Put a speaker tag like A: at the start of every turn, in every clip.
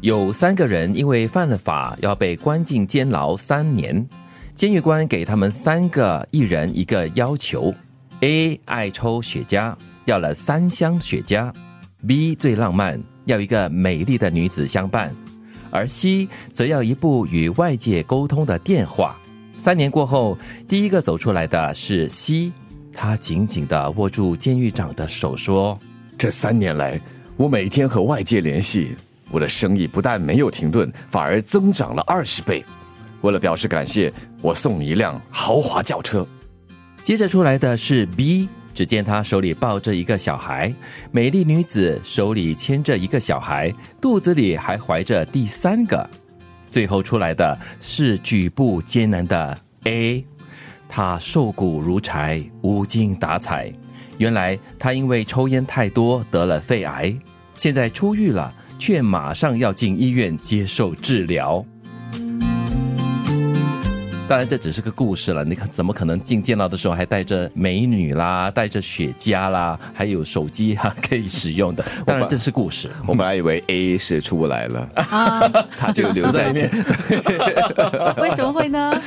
A: 有三个人因为犯了法要被关进监牢三年，监狱官给他们三个一人一个要求：A 爱抽雪茄，要了三箱雪茄；B 最浪漫，要一个美丽的女子相伴；而 C 则要一部与外界沟通的电话。三年过后，第一个走出来的是 C，他紧紧地握住监狱长的手说。
B: 这三年来，我每天和外界联系，我的生意不但没有停顿，反而增长了二十倍。为了表示感谢，我送你一辆豪华轿车。
A: 接着出来的是 B，只见他手里抱着一个小孩，美丽女子手里牵着一个小孩，肚子里还怀着第三个。最后出来的是举步艰难的 A，他瘦骨如柴，无精打采。原来他因为抽烟太多得了肺癌，现在出狱了，却马上要进医院接受治疗。当然，这只是个故事了。你看，怎么可能进监牢的时候还带着美女啦，带着雪茄啦，还有手机啊可以使用的？当然，这是故事。
B: 我本来以为 A 是出不来了，
C: 啊，
B: 他就 留在那，
C: 为什么会呢？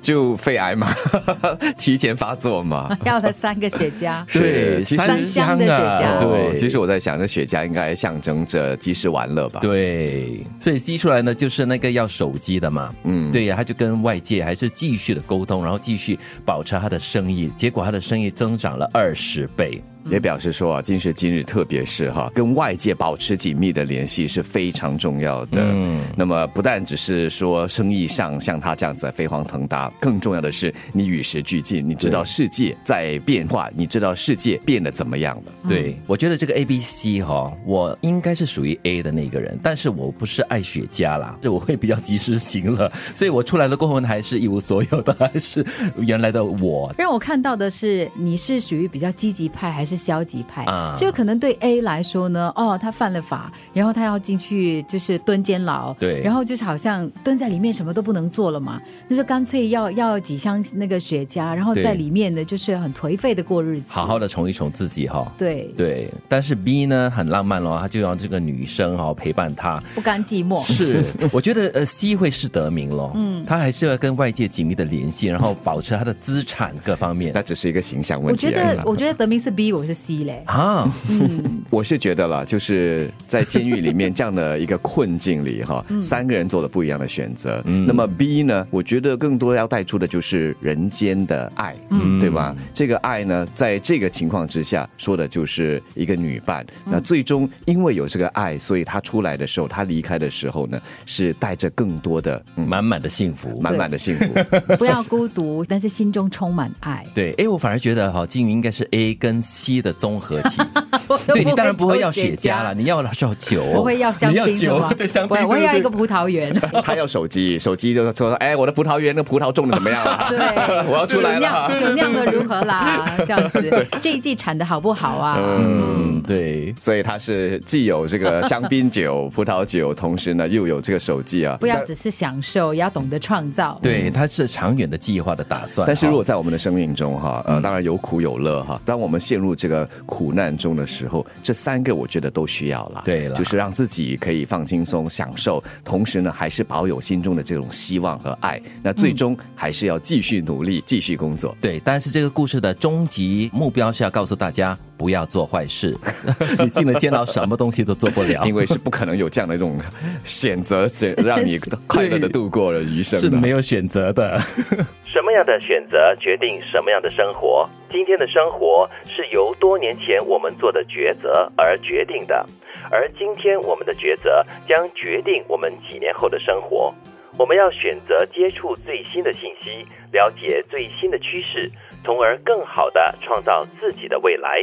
B: 就肺癌嘛， 提前发作嘛。
C: 要了三个雪茄，
A: 对，
B: 其实
A: 三
C: 香
A: 箱
C: 的雪
A: 啊，
C: 茄
B: 对，
A: 对，
B: 哦其实我在想，这雪茄应该象征着及时玩乐吧？，
A: 对，所以吸出来呢，就是那个要手机的嘛，嗯，对呀，他就跟外界还是继续的沟通，然后继续保持他的生意，结果他的生意增长了二十倍，
B: 也表示说啊，今时今日，特别是哈，跟外界保持紧密的联系是非常重要的。嗯，那么不但只是说生意上像他这样子飞黄腾达，更重要的是你与时俱进，你知道世界在变化，你知道世界变得怎么样了。
A: 对，我觉得这个 A B C 哈、我应该是属于 A 的那个人，但是我不是爱雪茄啦，这我会比较及时行乐，所以我出来了过后呢，还是一无所有的，还是原来的我。
C: 让我看到的是，你是属于比较积极派还是消极派？
A: 啊
C: 就可能对 A 来说呢，哦，他犯了法，然后他要进去就是蹲监牢，
A: 对
C: 然后就是好像蹲在里面什么都不能做了嘛，那就干脆要要几箱那个雪茄，然后
A: 对
C: 在里面呢就是很颓废的过日子，
A: 好好的宠一宠自己哈、
C: 对，
A: 对，但是 B 呢很浪漫咯，他就让这个女生哈、陪伴他，
C: 不甘 寂寞，
A: 是，我觉得呃，C 会是得名咯，嗯，他还是要跟外界紧密的联系，然后保持他的资产各方面
B: 那只是一个形象
C: 我
B: 问题
C: 觉
B: 而已啦。
C: 得我觉得德明是 B，我是 C 嘞，
A: 啊，
B: 我是觉得了，就是在监狱里面这样的一个困境里哈，三个人做了不一样的选择。那么 B 呢，我觉得更多要带出的就是人间的爱，对吧？这个爱呢，在这个情况之下，说的就是一个女伴。那最终因为有这个爱，所以她出来的时候，她离开的时候呢，是带着更多的嗯
A: 满满的幸福。
B: 满满的幸福。
C: 不要孤独，但是心中充满爱。
A: 对，哎，我反而觉得哈，金云应该是 A 跟 C 的综合体。 对
C: 对
A: 你当然不会要雪
C: 雪
A: 茄了，你要的是要酒，
C: 我会要香
A: 哦你要
C: 槟 的
A: 酒
C: 吗，？
A: 对香槟，
C: 我我
A: 对
C: 要一个
A: 对
C: 葡 萄园。
B: 她要手机，手机就说：“哎，我的葡萄园那葡萄种的怎么样了、，
C: 对
B: 我要出来
C: 酒
B: 了啊
C: 酿酒酿的如何啦？这样子，这一季产的好不好啊？
A: 嗯，对。
B: 所以它是既有这个香槟酒、葡萄酒，同时呢又有这个手机啊。
C: 不要
B: 但
C: 只是享受，也要懂得创造。
A: 对，他是长远的计划的打算。
B: 但是如果
A: 哈
B: 在我们的生命中哈，
C: 嗯
B: 呃，当然有苦有乐哈。当我们陷入这个苦难中的时候，这三个我觉得都需要啦。
A: 对啦
B: 就是让自己可以放轻松、享受，同时呢还是保有心中的这种希望和爱。那最终
C: 嗯
B: 还是要继续努力，继续工作。
A: 对，但是这个故事的终极目标是要告诉大家，不要做坏事。 你进了监牢，什么东西都做不 了，
B: 因为是不可能有这样的一种 选择，选让 你快乐的度过了余生
A: 是
B: 的
A: 没有选择的。
D: 什么样的选择决定什么样的生活。今天的生活是由多年前我们做的抉择而决定的，而今天我们的抉择将决定我们几年后的生活。我们要选择接触最新的信息，了解最新的趋势，从而更好地创造自己的未来。